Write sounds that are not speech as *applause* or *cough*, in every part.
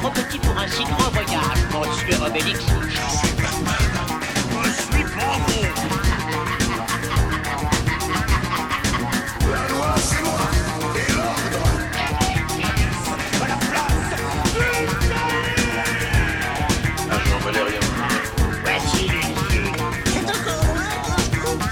pour un si grand voyage, monsieur Obélix. Je suis Flambeau. La loi, c'est moi. Et l'ordre. À la place. Ah, j'en valais rien. Voici l'une. C'est encore loin,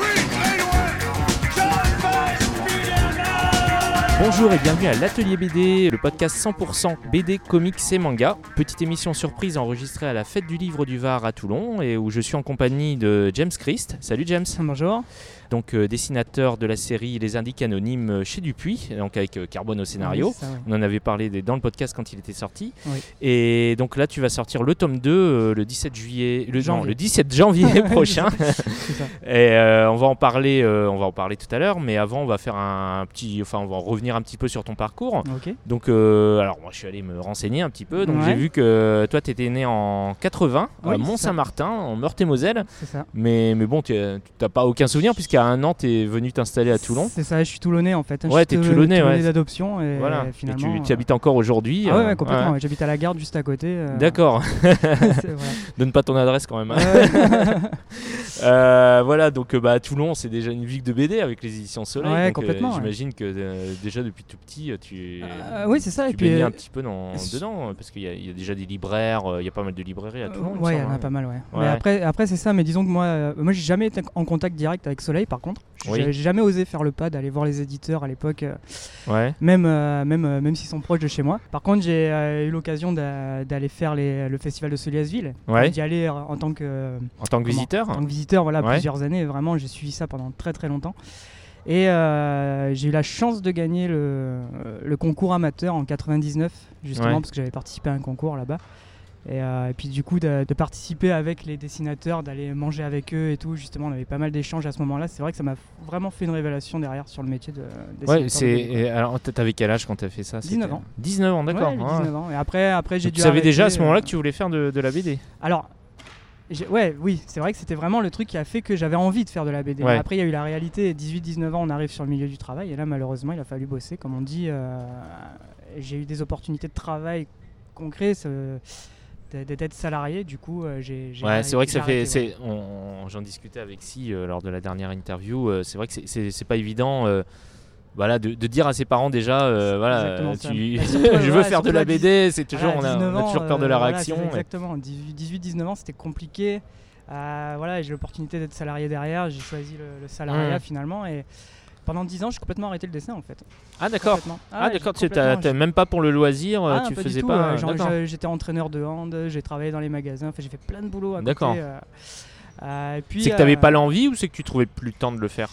Oui, très loin. J'en fais Spider-Man. Bonjour et bienvenue à l'Atelier BD, le podcast 100% BD, comics et manga. Petite émission surprise enregistrée à la fête du livre du Var à Toulon et où je suis en compagnie de James Christ. Salut James. Bonjour. Donc euh, dessinateur de la série Les Indiques Anonymes euh, chez Dupuis, donc avec euh, Carbone au scénario. Oui, c'est ça, ouais. On en avait parlé des- dans le podcast quand il était sorti. Oui. Et donc là, tu vas sortir le tome 2 euh, le 17 juillet, le, non, Janvier. le *laughs* 17 janvier *laughs* prochain. C'est ça. Et euh, on va en parler, euh, on va en parler tout à l'heure. Mais avant, on va faire un, petit, enfin, on va en revenir un petit peu sur ton parcours. Ok. Donc, euh, alors moi, je suis allé me renseigner un petit peu. Donc, Ouais. j'ai vu que toi, t'étais né en 80 à Oui, Mont-Saint-Martin, en Meurthe-et-Moselle. C'est ça. Mais, mais bon, tu euh, tu t'as pas aucun souvenir puisqu'à un an, t'es venu t'installer à Toulon. C'est ça, je suis toulonnais en fait. hein. Ouais, Je t'es suis Toulonnais, ouais. d'adoption et Voilà. Et tu finalement. tu habites encore euh, aujourd'hui. Ah ouais, euh, ouais, complètement. ouais. ouais. J'habite à la gare juste à côté. euh, *laughs* D'accord, *laughs* c'est- voilà. donne pas ton adresse quand même. hein. Ouais, *laughs* Euh, voilà, donc euh, bah, Toulon, c'est déjà une ville de BD avec les éditions Soleil. Ouais, donc, euh, complètement, ouais. J'imagine que euh, déjà depuis tout petit, euh, tu, Euh, oui, c'est ça. tu et puis. baignais euh, un petit peu dans, s- dedans, euh, parce qu'il y, a- il y a déjà des libraires, euh, il y a pas mal de librairies à euh, Toulon. il me ouais, il y en semble, a hein. pas mal, ouais. Ouais. Mais après, après c'est ça. Mais disons que moi, euh, moi, j'ai jamais été en contact direct avec Soleil. Par contre, j'ai Oui. j'ai jamais osé faire le pas d'aller voir les éditeurs à l'époque, euh, hein. Ouais, même, euh, même, euh, même s'ils sont proches de chez moi. Par contre, j'ai euh, eu l'occasion d'a- d'aller faire les- le festival de Solliasville. Ouais. D'y aller euh, en tant que euh, en tant que Comment visiteur. en tant que visiteur voilà Ouais. plusieurs années vraiment j'ai suivi ça pendant très très longtemps et euh, j'ai eu la chance de gagner le, euh, le concours amateur en 99 justement Ouais. parce que j'avais participé à un concours là-bas et, euh, et puis du coup de, de participer avec les dessinateurs d'aller manger avec eux et tout justement on avait pas mal d'échanges à ce moment-là c'est vrai que ça m'a vraiment fait une révélation derrière sur le métier de dessinateur Ouais, de c'est. BD, quoi. et Alors, t- t'avais quel âge quand t'as fait ça c'était- 19 ans. 19 ans, d'accord. Ouais, j'ai ouais. 19 ans. et après après j'ai Donc, dû Tu savais arrêter, déjà à ce euh, moment-là que tu voulais faire de, de la BD. Alors, j'ai- ouais, oui, c'est vrai que c'était vraiment le truc qui a fait que j'avais envie de faire de la BD. Ouais. Après, il y a eu la réalité, 18-19 ans, on arrive sur le milieu du travail, et là, malheureusement, il a fallu bosser. Comme on dit, euh, j'ai eu des opportunités de travail concrètes, euh, d'- d'être salarié, du coup, euh, j'ai. j'ai Ouais, c'est vrai que j'ai ça fait. arrêté, ouais. c'est- on- on- J'en discutais avec Si euh, lors de la dernière interview. euh, c'est vrai que c'est- c'est c'est pas évident. euh, voilà, de, de dire à ses parents déjà, euh, voilà, exactement euh, ça. tu- *laughs* Bah, surtout, je veux voilà, faire de surtout la à dix- BD, c'est toujours, Voilà, on a- 19 on, a, ans, toujours peur de euh, la voilà, réaction. c'est et- Exactement, 18-19 ans, c'était compliqué. Euh, voilà, et j'ai l'opportunité d'être salarié derrière, j'ai choisi le, le salariat Mm. finalement, et pendant 10 ans, j'ai complètement arrêté le dessin en fait. Ah d'accord. Complètement. Ah, ouais, d'accord, j'ai tu t'as- complètement- t'as même pas pour le loisir, euh, Ah, tu pas du faisais tout, pas. euh, genre, d'accord. je- j'étais entraîneur de hand, j'ai travaillé dans les magasins, enfin, j'ai fait plein de boulot à côté. D'accord. euh, euh, et puis, C'est que t'avais euh, pas l'envie ou c'est que tu trouvais plus le temps de le faire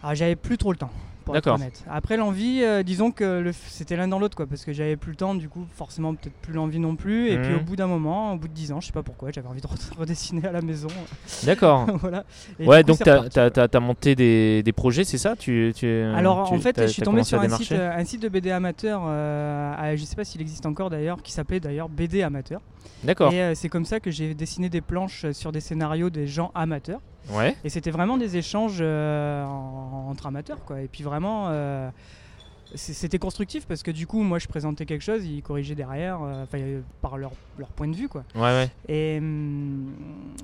ah, j'avais plus trop le temps. pour être D'accord. honnête. Après l'envie, euh, disons que le f- c'était l'un dans l'autre quoi, parce que j'avais plus le temps, du coup forcément peut-être plus l'envie non plus. Et puis Mhm. au bout d'un moment, au bout de 10 ans, je sais pas pourquoi, j'avais envie de re- *laughs* redessiner à la maison. *laughs* D'accord. voilà. Et Ouais, du coup, donc c'est t'as reparti, as, ouais. monté des, des projets, c'est ça tu, tu- euh, Alors tu- en fait, t'as- je suis t'as tombé commencé sur à un démarcher site, euh, un site de BD amateur, euh, à- je sais pas s'il existe encore d'ailleurs, qui s'appelait d'ailleurs BD amateur. D'accord. Et euh, c'est comme ça que j'ai dessiné des planches euh, sur des scénarios des gens amateurs. Ouais. Et c'était vraiment des échanges euh, en- entre amateurs, quoi. Et puis vraiment, euh, c'est- c'était constructif parce que du coup, moi, je présentais quelque chose, ils corrigeaient derrière, euh, enfin, euh, par leur, leur point de vue, quoi. Ouais, ouais. Et hum,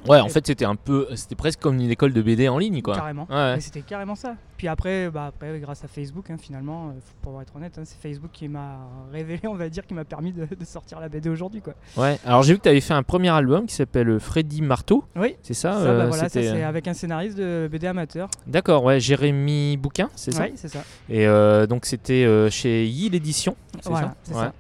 Ouais, en et- fait, c'était un peu, c'était presque comme une école de BD en ligne, quoi. carrément. Ouais. Mais c'était carrément ça. Puis après, bah après, grâce à Facebook, hein, finalement, euh, faut- pour être honnête, hein, c'est Facebook qui m'a révélé, on va dire, qui m'a permis de, de sortir la BD aujourd'hui, quoi. Ouais. Alors j'ai vu que t'avais fait un premier album qui s'appelle euh, Freddy Marteau. Oui. C'est ça. ça, bah, euh, voilà, ça, c'était- c'est avec un scénariste de BD amateur. D'accord. Ouais, Jérémy Bouquin, c'est ça. Ouais, c'est ça. Et euh, donc c'était euh, chez Yil Édition. C'est Voilà, ça. c'est Ouais. ça.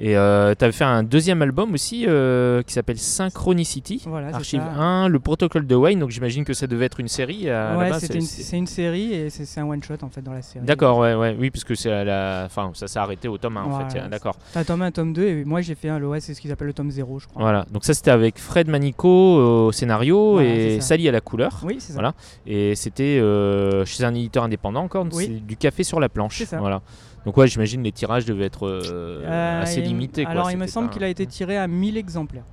Et euh, t'avais fait un deuxième album aussi euh, qui s'appelle Synchronicity. Voilà, c'est Archive ça. 1, le protocole de Wayne, donc j'imagine que ça devait être une série à la ouais, base, c'était une, c'est- c'est une série et c'est c'est un one shot en fait dans la série. D'accord, ouais, ouais, oui, parce que c'est à la. Enfin, ça s'est arrêté au tome 1 en Voilà, fait. tiens, c'est- D'accord. T'as tome 1, tome 2 et moi j'ai fait un l'OS, c'est ce qu'ils appellent le tome 0 je crois. Voilà. Donc ça c'était avec Fred Manico euh, au scénario Voilà, et c'est ça. Sally à la couleur. Oui, c'est ça. Voilà. Et c'était euh, chez un éditeur indépendant encore. donc Oui. C'est du café sur la planche. C'est ça. Voilà. Donc ouais, j'imagine les tirages devaient être euh, Euh, assez il- limités. quoi, Alors il me c'était semble pas- qu'il a été tiré à 1000 exemplaires.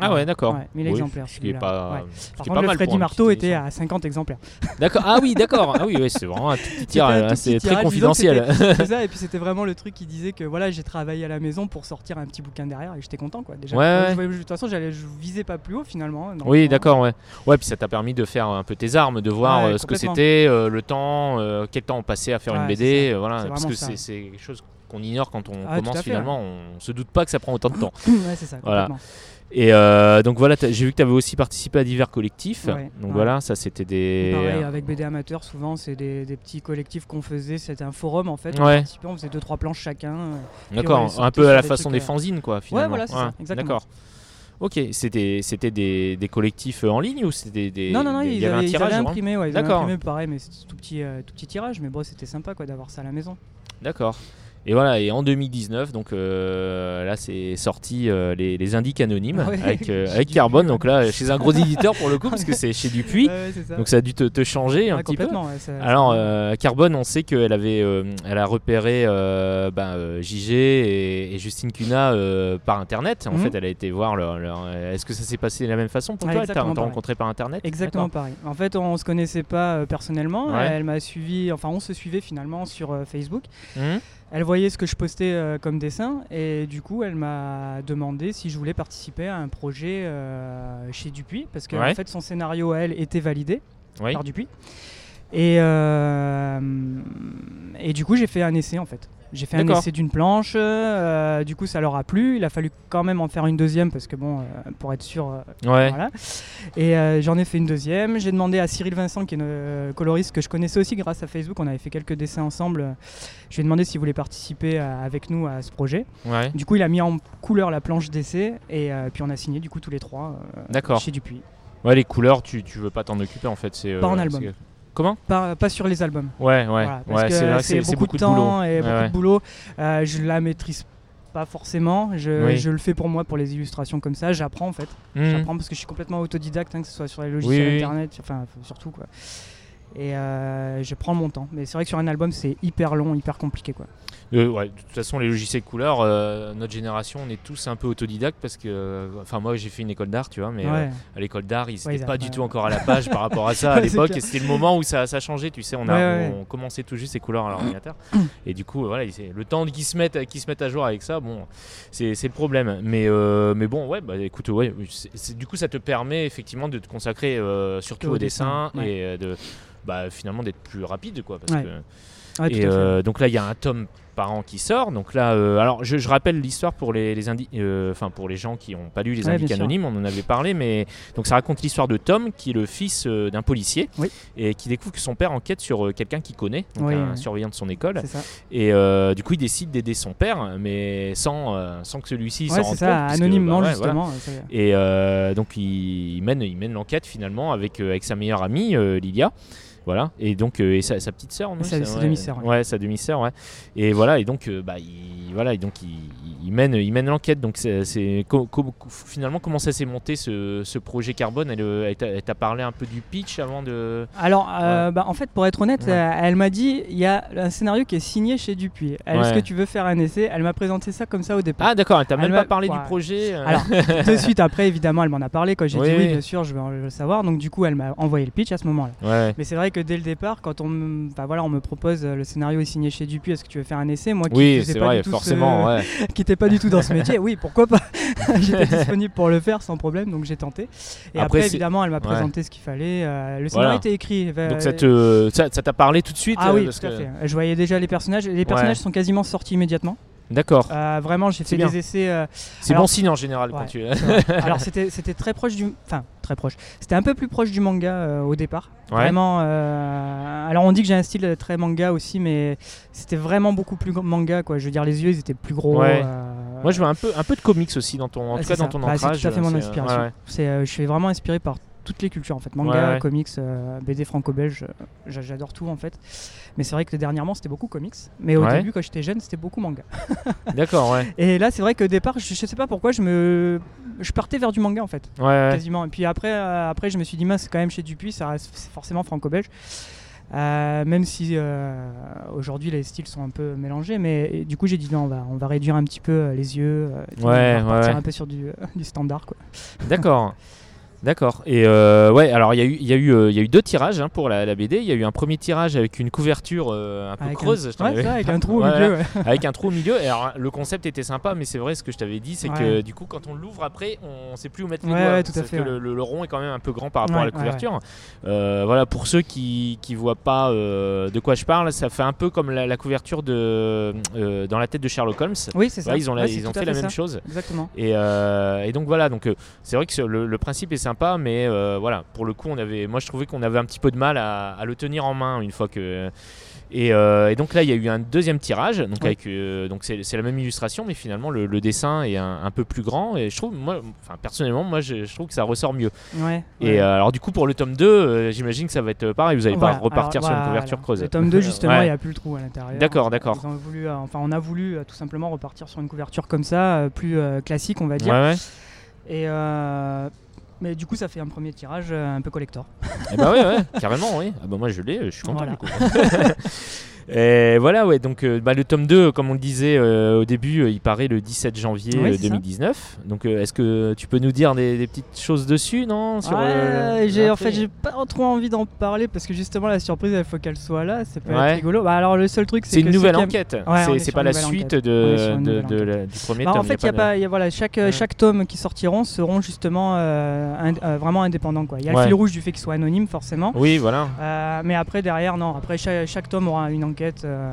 Ah ouais, d'accord. Ouais, 1000 Oui, exemplaires. Ce qui est celui-là. pas, Ouais. ce qui Par est contre, pas le mal pour Freddy un Marteau petit était édition. à 50 exemplaires. D'accord. Ah oui, d'accord. Ah oui, ouais, c'est vraiment un tout petit tirage. C'était un hein, tout petit C'est très tirage, disons que confidentiel. *laughs* c'était- c'est ça, et puis c'était vraiment le truc qui disait que voilà, j'ai travaillé à la maison pour sortir un petit bouquin derrière et j'étais content quoi. Déjà, Ouais, Moi, je ouais. voyais- de toute façon, j'allais, je visais pas plus haut finalement. hein, dans le Oui, fond. d'accord, ouais. Ouais, puis ça t'a permis de faire un peu tes armes, de voir Ouais, euh, ce que complètement. c'était, euh, le temps, euh, quel temps on passait à faire Ouais, une c'est BD, euh, voilà, C'est parce vraiment que ça. c'est c'est quelque chose qu'on ignore quand on Ah, tout à commence fait, finalement, on se doute pas que ça prend autant de temps. *laughs* ouais, c'est ça. Voilà. complètement. Et euh, donc voilà, t'as- j'ai vu que tu avais aussi participé à divers collectifs. Ouais, donc ouais. voilà, ça c'était des. Pareil, avec BD Amateur, souvent, c'est des, des petits collectifs qu'on faisait. C'était un forum en fait. On Ouais. participait, on faisait deux trois planches chacun. on les D'accord, un sortait peu sur à la des façon trucs, des euh, fanzines quoi, finalement. voilà, c'est ça, exactement. D'accord. Ok, c'était c'était des, des collectifs euh, en ligne ou c'était des. non, non, non, des- il ils y avait avaient, un ils tirage. avaient vraiment imprimé, ouais, ils avaient D'accord. imprimé pareil, mais c'était tout petit, euh, tout petit tirage. Mais bon, c'était sympa quoi d'avoir ça à la maison. D'accord. Et voilà, et en 2019, donc euh, là c'est sorti euh, les, les indiques anonymes Ah Ouais, avec, euh, chez avec Dupuis, Carbone, ouais. donc là chez un gros éditeur pour le coup, parce que c'est chez Dupuis, Ouais, ouais, c'est ça. donc ça a dû te, te changer un Ouais, petit peu. complètement, ouais, ça- Alors, ça- euh, Carbone, on sait qu'elle avait, euh, elle a repéré euh, ben, euh, JG et, et Justine Cuna euh, par internet. En Mhm. fait, elle a été voir leur. leur- Est-ce que ça s'est passé de la même façon pour Ouais, toi Elle t'a- exactement T'as pareil. rencontré par internet Exactement D'accord. pareil. En fait, on, se connaissait pas euh, personnellement. Ouais. Elle, elle m'a suivi, enfin, on se suivait finalement sur euh, Facebook. Mhm. Elle voyait ce que je postais euh, comme dessin et du coup, elle m'a demandé si je voulais participer à un projet euh, chez Dupuis parce que Ouais. en fait, son scénario à elle était validé Oui. par Dupuis. Et euh, et du coup, j'ai fait un essai en fait. J'ai fait un D'accord. essai d'une planche. euh, du coup, ça leur a plu. Il a fallu quand même en faire une deuxième parce que bon, euh, pour être sûr, euh, Ouais. voilà. Et euh, j'en ai fait une deuxième. J'ai demandé à Cyril Vincent, qui est une euh, coloriste que je connaissais aussi grâce à Facebook. On avait fait quelques dessins ensemble. Je lui ai demandé s'il voulait participer à- avec nous à ce projet. ouais. Du coup, il a mis en couleur la planche d'essai et euh, puis on a signé du coup tous les trois euh, D'accord. chez Dupuis. Ouais, les couleurs, tu, tu veux pas t'en occuper en fait. c'est, euh, Pas en album. c'est- Comment Pas, pas sur les albums. Ouais, ouais, Voilà, parce ouais que c'est vrai, c'est beaucoup, de boulot. temps et Ouais, beaucoup ouais. de boulot. Euh, je la maîtrise pas forcément. Je, Oui. je le fais pour moi pour les illustrations comme ça. J'apprends en fait. Mhm. J'apprends parce que je suis complètement autodidacte, hein, que ce soit sur les logiciels Oui, oui, oui. internet, enfin f- surtout quoi. Et euh, je prends mon temps. Mais c'est vrai que sur un album, c'est hyper long, hyper compliqué quoi. Euh, ouais, de toute façon, les logiciels couleurs, euh, notre génération, on est tous un peu autodidactes parce que, euh, enfin, moi, j'ai fait une école d'art, tu vois, mais euh, ouais. à l'école d'art, ils Ouais, n'étaient ils pas avaient du pas- tout encore à la page *laughs* par rapport à ça à Ouais, c'est l'époque. clair. Et c'était le moment où ça, ça a changé, tu sais, on, a, Ouais, ouais. on commençait tout juste les couleurs à *coughs* l'ordinateur. et du coup, voilà, il- c'est- le temps qu'ils se, mettent, qu'ils se mettent à jour avec ça, bon, c'est c'est le problème. Mais, euh, mais bon, ouais, bah, écoute, ouais, c'est- c'est- du coup, ça te permet effectivement de te consacrer euh, surtout Au au, dessin, dessin, ouais. et euh, de, bah, finalement d'être plus rapide, quoi. Parce Ouais. que, Ouais, Ah, tout et à fait. euh, donc là, il y a un tome par an qui sort. Donc là, euh, alors je, je rappelle l'histoire pour les, les indi- euh, enfin pour les gens qui n'ont pas lu les Ouais, indices bien sûr. anonymes. On en avait parlé, mais donc ça raconte l'histoire de Tom, qui est le fils euh, d'un policier, Oui. et qui découvre que son père enquête sur euh, quelqu'un qu'il connaît, donc Oui, un oui. surveillant de son école. C'est ça. Et euh, du coup, il décide d'aider son père, mais sans euh, sans que celui-ci s'en Ouais, rende c'est compte, ça, puisque, anonymement bah, ouais, voilà. justement. euh, ça- Et euh, donc il, il mène, il mène l'enquête finalement avec, euh, avec sa meilleure amie euh, Lilia. Voilà, et donc euh, et sa, sa petite sœur, non Et sa- Ça- sa ouais. demi-sœur, ouais. Ouais, sa demi-sœur, ouais. Et voilà, et donc euh, bah il, voilà, et donc il, il- il mène, il mène l'enquête. Donc c'est c'est- co- co- finalement comment ça s'est monté ce, ce projet Carbone Elle, euh, elle t'a- elle t'a parlé un peu du pitch avant de. Alors, euh, bah, en fait, pour être honnête, Ouais. euh, elle m'a dit il y a un scénario qui est signé chez Dupuis. Est-ce Ouais. que tu veux faire un essai Elle m'a présenté ça comme ça au départ. Ah d'accord, elle t'a Elle même m'a- pas parlé du ouais. projet. euh, Alors, de suite après, évidemment, elle m'en a parlé. Quand j'ai Oui, dit oui. oui, bien sûr, je veux en- le savoir. Donc, du coup, elle m'a envoyé le pitch à ce moment-là. ouais. Mais c'est vrai que dès le départ, quand on, me- bah voilà, on me propose euh, le scénario est signé chez Dupuis, est-ce que tu veux faire un essai Moi qui Oui, faisais c'est pas vrai, du tout ce- forcément. ouais. *laughs* qui n'était pas du tout dans *laughs* ce métier, oui, pourquoi pas *laughs* J'étais disponible pour le faire sans problème, donc j'ai tenté. Et après, Après, c'est- évidemment, elle m'a ouais. présenté ce qu'il fallait. euh, le scénario Voilà. était écrit. euh, Donc ça te, ça ça t'a parlé tout de suite Ah euh, oui, parce tout à que- fait. Je voyais déjà les personnages. Les personnages sont quasiment sortis immédiatement. D'accord. Euh, vraiment, j'ai C'est fait bien. des essais. euh, C'est alors- bon signe en général quand Ouais. tu. *laughs* *laughs* Alors c'était c'était très proche du, enfin très proche. C'était un peu plus proche du manga euh, au départ. Ouais. Vraiment. euh, alors on dit que j'ai un style très manga aussi, mais c'était vraiment beaucoup plus gros manga quoi. Je veux dire les yeux ils étaient plus gros. Ouais. euh, Moi, je vois un peu, un peu de comics aussi dans ton, en ah, tout c'est cas dans ça. ton Bah, ancrage. C'est tout à fait mon euh, inspiration. ouais, ouais. C'est, euh, je suis vraiment inspiré par toutes les cultures en fait, manga, Ouais, ouais. comics, euh, BD franco-belge, euh, j'a- j'adore tout en fait. Mais c'est vrai que dernièrement c'était beaucoup comics, mais au Ouais. début quand j'étais jeune c'était beaucoup manga. D'accord, *laughs* ouais. Et là c'est vrai que au départ je, je sais pas pourquoi je me, je partais vers du manga en fait Ouais, ouais. quasiment. Et puis après, euh, après je me suis dit, mince, c'est quand même chez Dupuis, ça reste c'est forcément franco-belge. Euh, même si euh, aujourd'hui les styles sont un peu mélangés, mais et du coup j'ai dit non, on va, on va réduire un petit peu euh, les yeux, euh, et tout, Ouais, on va repartir ouais, ouais. un peu sur du, euh, du standard. Quoi. D'accord. D'accord. Et euh, ouais, alors il y a eu, il y a eu, euh, il y a eu deux tirages hein, pour la, la BD. Il y a eu un premier tirage avec une couverture euh, un peu Avec un- creuse. je t'en ouais, avais ça, avec parlé. un *laughs* trou au Voilà. milieu. ouais. Avec un trou au milieu. Et alors le concept était sympa, mais c'est vrai ce que je t'avais dit, c'est que Ouais. du coup quand on l'ouvre après, on sait plus où mettre les Ouais, doigts. ouais, tout à parce fait, que ouais. le, le- le rond est quand même un peu grand par rapport à la Ouais, ouais, couverture. Euh, voilà, pour ceux qui qui voient pas euh, de quoi je parle, ça fait un peu comme la, la couverture de euh, dans la tête de Sherlock Holmes. Oui, c'est ça. Voilà, ils ont, la- Ouais, c'est ils ont tout à fait la ça. même chose. Exactement. Et, euh, et donc voilà, donc euh, c'est vrai que ce- le, le principe est sympa, mais euh, voilà, pour le coup, on avait, moi je trouvais qu'on avait un petit peu de mal à, à le tenir en main une fois que. Et, euh, et donc là, il y a eu un deuxième tirage, donc Ouais. avec, euh, donc c'est c'est la même illustration, mais finalement le, le dessin est un, un peu plus grand et je trouve, moi, enfin personnellement, moi je, je trouve que ça ressort mieux. Ouais, Et ouais. euh, alors du coup pour le tome 2, euh, j'imagine que ça va être pareil, vous allez Voilà, pas repartir alors, sur une voilà. couverture creuse. Le *laughs* tome 2, justement, il Ouais. n'y a plus le trou à l'intérieur. D'accord, d'accord. Ils ont voulu, euh, enfin, on a voulu euh, tout simplement repartir sur une couverture comme ça, euh, plus euh, classique, on va Ouais, dire. ouais. Et euh, mais du coup, ça fait un premier tirage euh, un peu collector. Eh bah ouais, ouais, carrément, oui. Ah bah moi je l'ai, je suis content Voilà. du coup. *laughs* Et voilà, ouais, donc euh, bah, le tome 2, comme on le disait euh, au début, euh, il paraît le 17 janvier Oui, euh, c'est ça. 2019. Donc euh, est-ce que tu peux nous dire des, des petites choses dessus, non sur, Ouais, euh, j'ai, en l'intrigue fait, j'ai pas trop envie d'en parler parce que justement, la surprise, il faut qu'elle soit là. C'est pas Ouais. rigolo. Bah, alors, le seul truc, c'est C'est que une nouvelle ceux qui aiment- enquête, on c'est est c'est sur pas une la nouvelle suite enquête. On est sur de, une de- nouvelle de la- du premier Bah, tome. en fait, il y a de- pas, il y a, voilà, chaque, euh, Ouais. chaque tome qui sortiront seront justement euh, ind- euh, vraiment indépendants. Quoi. Il y a Ouais. le fil rouge du fait qu'ils soient anonymes, forcément. Oui, voilà. Euh, mais après, derrière, non. Après, cha- chaque, tome aura une enquête euh,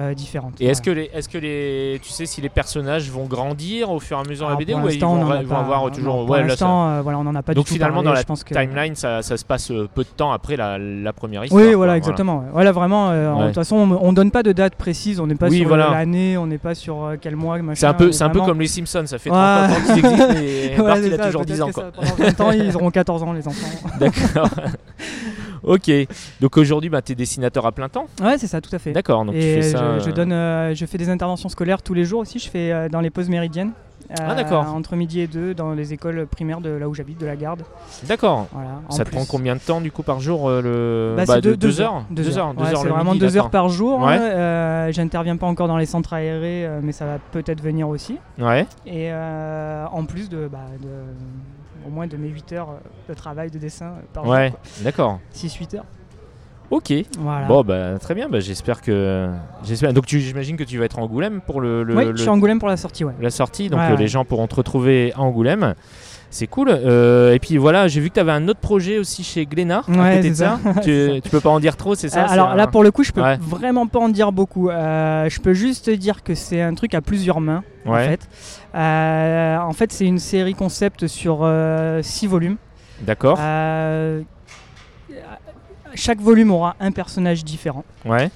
euh, différente. Et est-ce que les, est-ce que les, tu sais si les personnages vont grandir au fur et à mesure de la Alors, BD Ah, pour ou ils l'instant, vont, on en a ils vont pas- avoir euh, non, toujours, pour ouais, là, ça- l'instant, euh, voilà, on en a pas Donc, du tout finalement, parlé, dans la je pense que... timeline, ça, ça se passe euh, peu de temps après la, la première histoire. Oui, quoi, voilà, exactement. ouais. Voilà, vraiment. euh, en- De Ouais. toute façon, on, on donne pas de date précise. On n'est pas Oui, sur voilà. l'année, on n'est pas sur euh, quel mois, machin. C'est un on peu, est c'est un peu vraiment- comme les Simpsons, ça fait Ouais. 30 ans qu'ils existent, *laughs* mais Voilà, Bart, c'est il a ça, toujours peut-être 10 ans. que Quoi. ça, pendant 20 ans, *laughs* ils auront 14 ans, les enfants. D'accord. ok. Donc aujourd'hui, bah, tu es dessinateur à plein temps. Ouais, c'est ça, tout à fait. D'accord. Donc tu et fais ça. je- euh, je, donne, euh, je fais des interventions scolaires tous les jours aussi. Je fais euh, dans les pauses méridiennes. Ah, euh, d'accord. Entre midi et deux, dans les écoles primaires de là où j'habite, de la garde. euh, D'accord. Voilà. en Ça te plus. prend combien de temps du coup par jour euh, le Bah, Bah, c'est de- deux, deux deux heures. Deux heures. Deux Ouais, heures. c'est le vraiment midi, deux heures d'accord. par jour. Ouais. Euh, J'interviens pas encore dans les centres aérés, euh, mais ça va peut-être venir aussi. Ouais. Et euh, en plus de, bah, de- au moins de mes 8 heures euh, de travail de dessin euh, par Ouais. jour. D'accord. 6-8 heures. Ok. Voilà. Bon bah très bien. Bah, j'espère que. J'espère. Donc tu, j'imagine que tu vas être à Angoulême pour le. le- oui, le- je suis à Angoulême pour la sortie, ouais. la sortie. Donc Ouais, euh, ouais. les gens pourront te retrouver à Angoulême. C'est cool. Euh, et puis voilà, j'ai vu que tu avais un autre projet aussi chez Glénard. à Ouais, côté de c'est ça. ça. *laughs* Tu, tu peux pas en dire trop, c'est ça Euh, c'est alors un- là, pour le coup, je peux Ouais. vraiment pas en dire beaucoup. Euh, je peux juste te dire que c'est un truc à plusieurs mains, en Ouais. fait. Euh, en fait, c'est une série concept sur 6 volumes. D'accord. Euh, chaque volume aura un personnage différent. Ouais.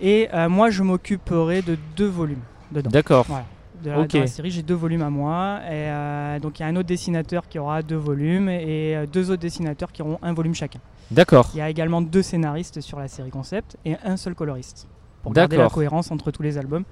Et euh, moi, je m'occuperai de deux volumes dedans. D'accord. Voilà. De la, Ok. dans la série, j'ai deux volumes à moi. Et, euh, donc il y a un autre dessinateur qui aura deux volumes et euh, deux autres dessinateurs qui auront un volume chacun. D'accord. Il y a également deux scénaristes sur la série concept et un seul coloriste. Pour garder la D'accord. cohérence entre tous les albums.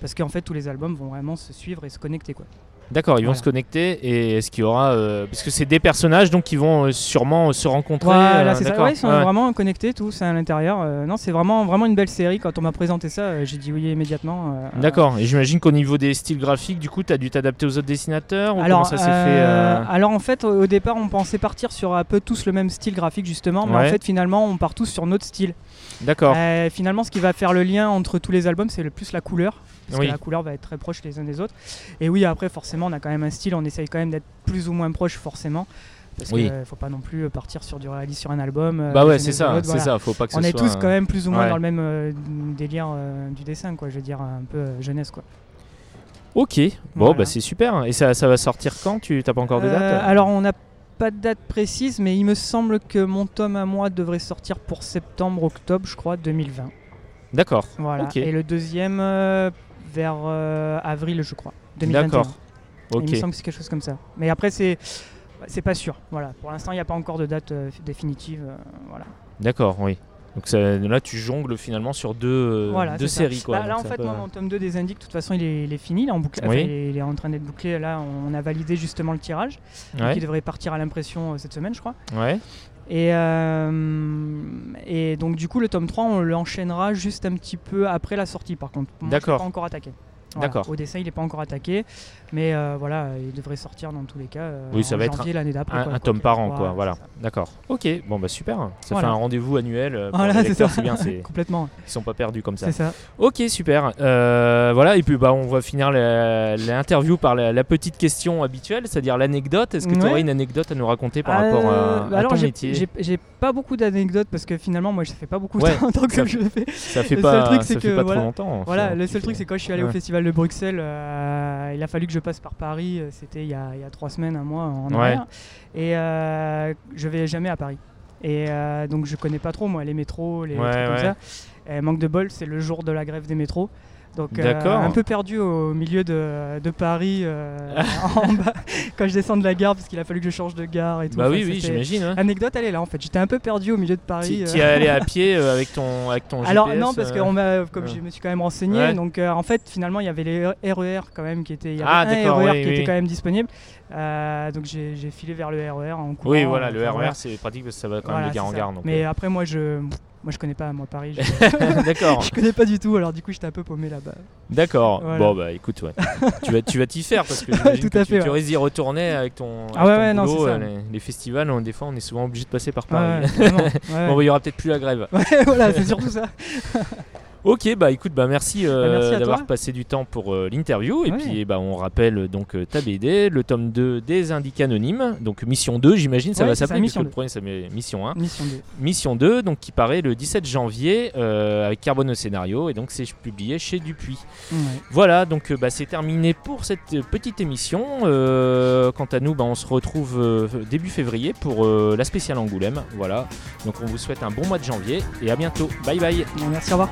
Parce qu'en fait, tous les albums vont vraiment se suivre et se connecter. Quoi. D'accord, ils vont Voilà. se connecter et est-ce qu'il y aura euh, parce que c'est des personnages donc qui vont euh, sûrement euh, se rencontrer. Voilà, euh, c'est ça. d'accord. Ouais, ils sont Ouais. vraiment connectés tous à l'intérieur. Euh, non, c'est vraiment, vraiment une belle série. Quand on m'a présenté ça, euh, j'ai dit oui immédiatement. euh, D'accord. Et j'imagine qu'au niveau des styles graphiques, du coup, tu as dû t'adapter aux autres dessinateurs ou Alors, comment ça s'est euh, fait euh, alors en fait, au au départ, on pensait partir sur un peu tous le même style graphique justement, mais Ouais. en fait, finalement, on part tous sur notre style. D'accord. Euh, finalement, ce qui va faire le lien entre tous les albums, c'est le plus la couleur, parce Oui. que la couleur va être très proche les uns des autres. Et oui, après, forcément, on a quand même un style, on essaye quand même d'être plus ou moins proche, forcément, parce Oui. qu'il faut pas non plus partir sur du réalisme sur un album. euh, bah les ouais, uns c'est des ça, autres, c'est voilà. ça, faut pas que On ce est soit tous un- quand même plus ou moins Ouais. dans le même euh, délire euh, du dessin, quoi. Je veux dire un peu euh, jeunesse, quoi. OK. Bon Voilà. bah c'est super. Et ça ça va sortir quand Tu t'as pas encore de date Euh, Alors, on n'a pas de date précise, mais il me semble que mon tome à moi devrait sortir pour septembre-octobre, je crois, 2020. D'accord. Voilà. Ok. Et le deuxième euh, vers euh, avril, je crois, 2021. D'accord. Il me OK. semble que c'est quelque chose comme ça. Mais après, c'est c'est pas sûr. Voilà. Pour l'instant, il n'y a pas encore de date euh, définitive. euh, voilà. D'accord, oui. Donc ça- là, tu jongles finalement sur deux, euh, Voilà, deux c'est ça. séries. Quoi. Bah, là, Donc, en c'est fait, un peu- moi, mon tome 2 des Indiques, de toute façon, il est, il est fini. Là, en boucle... enfin, Oui. il, est, il est en train d'être bouclé. Là, on a validé justement le tirage. Donc, Ouais, il devrait partir à l'impression euh, cette semaine, je crois. ouais. Et, euh, et donc, du coup, le tome 3, on l'enchaînera juste un petit peu après la sortie, par contre. Moi, je l'ai D'accord. pas encore attaqué. Voilà. D'accord. Au dessin, il n'est pas encore attaqué. Mais euh, voilà, il devrait sortir dans tous les cas. euh, Oui, ça en va être janvier, l'année d'après. Un, quoi, un quoi tome qu'il- par an, quoi. c'est Voilà, ça. d'accord. Ok, bon, bah super. Ça Voilà. fait un rendez-vous annuel. euh, Pour Voilà, les c'est lecteurs, ça. c'est bien, c'est- *laughs* Complètement, ils sont pas perdus comme ça. c'est ça. Ok, super. Euh, voilà, et puis bah, on va finir la- l'interview par la, la petite question habituelle, c'est-à-dire l'anecdote. Est-ce que tu aurais Ouais. une anecdote à nous raconter par Euh, rapport à, bah à alors, ton j'ai- métier j'ai- J'ai pas beaucoup d'anecdotes parce que finalement, moi, ça fait pas beaucoup de Ouais, temps *laughs* que ça je le fais. Ça fait le pas, seul truc, ça c'est fait que, pas voilà. trop longtemps. hein, Voilà, enfin, le tu seul truc, fais- c'est quand je suis allé Ouais. au Festival de Bruxelles, euh, il a fallu que je passe par Paris. euh, C'était il, y a- il y a trois semaines, un mois en Ouais. arrière. Et euh, je vais jamais à Paris. Et euh, donc, je connais pas trop, moi, les métros, les Ouais, trucs comme ouais. ça. Et manque de bol, c'est le jour de la grève des métros. Donc, euh, D'accord. un peu perdu au milieu de, de Paris, *laughs* euh, en bas, quand je descends de la gare, parce qu'il a fallu que je change de gare et tout. Bah Enfin, oui, oui, c'était- j'imagine. hein. Anecdote, elle est là en fait. J'étais un peu perdu au milieu de Paris. Tu euh. tu es allé à pied euh, avec ton, avec ton Alors GPS, non, parce que euh, on m'a- comme ouais. je me suis quand même renseigné, Ouais. donc euh, en fait finalement il y avait les RER quand même qui étaient, il y avait Ah, un d'accord, RER oui, qui oui. était quand même disponible. Euh, donc j'ai j'ai filé vers le RER en courant. Oui, voilà, le enfin, RER, c'est pratique parce que ça va quand Voilà, même de gare c'est en ça. gare. donc, Mais après moi je, moi je connais pas moi Paris, je, *laughs* euh, *laughs* D'accord, je connais pas du tout. Alors du coup j'étais un peu paumé là-bas. d'accord. Voilà. Bon, bah écoute, ouais. tu vas tu vas t'y faire parce *laughs* que, j'imagine Tout que à tu, fait, tu ouais. risques d'y retourner avec ton, Ah avec ouais, ton ouais, non, boulot, c'est ça. euh, les, les festivals, on- des fois, on est souvent obligé de passer par Ouais, Paris. ouais, vraiment, ouais, *laughs* Bon, bah, il y aura peut-être plus la grève. ouais, *laughs* voilà, c'est surtout ça. Ok, bah écoute, bah merci, euh, Bah, merci à d'avoir toi. passé du temps pour euh, l'interview. Et Ouais. puis, eh bah, on rappelle euh, donc euh, ta BD, le tome 2 des Indiques Anonymes. Donc, mission 2, j'imagine, ça Ouais, va c'est ça, s'appeler, puisque Mission le 2. premier, c'est mission 1. Mission 2. Mission 2, donc qui paraît le 17 janvier euh, avec Carbone au scénario. Et donc, c'est publié chez Dupuis. Ouais. Voilà, donc euh, bah, c'est terminé pour cette euh, petite émission. Euh, quant à nous, bah, on se retrouve euh, début février pour euh, la spéciale Angoulême. Voilà, donc on vous souhaite un bon mois de janvier et à bientôt. Bye bye. Bon, merci, au revoir.